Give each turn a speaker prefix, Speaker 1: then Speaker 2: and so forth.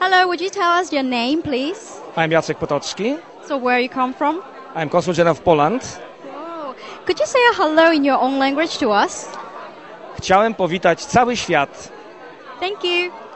Speaker 1: Hello, would you tell us your name, please?
Speaker 2: I'm Jacek Potocki.
Speaker 1: So, where you come from?
Speaker 2: I'm consul general of Poland.
Speaker 1: Wow. Could you say a hello in your own language to us?
Speaker 2: Chciałem powitać cały świat
Speaker 1: Thank you.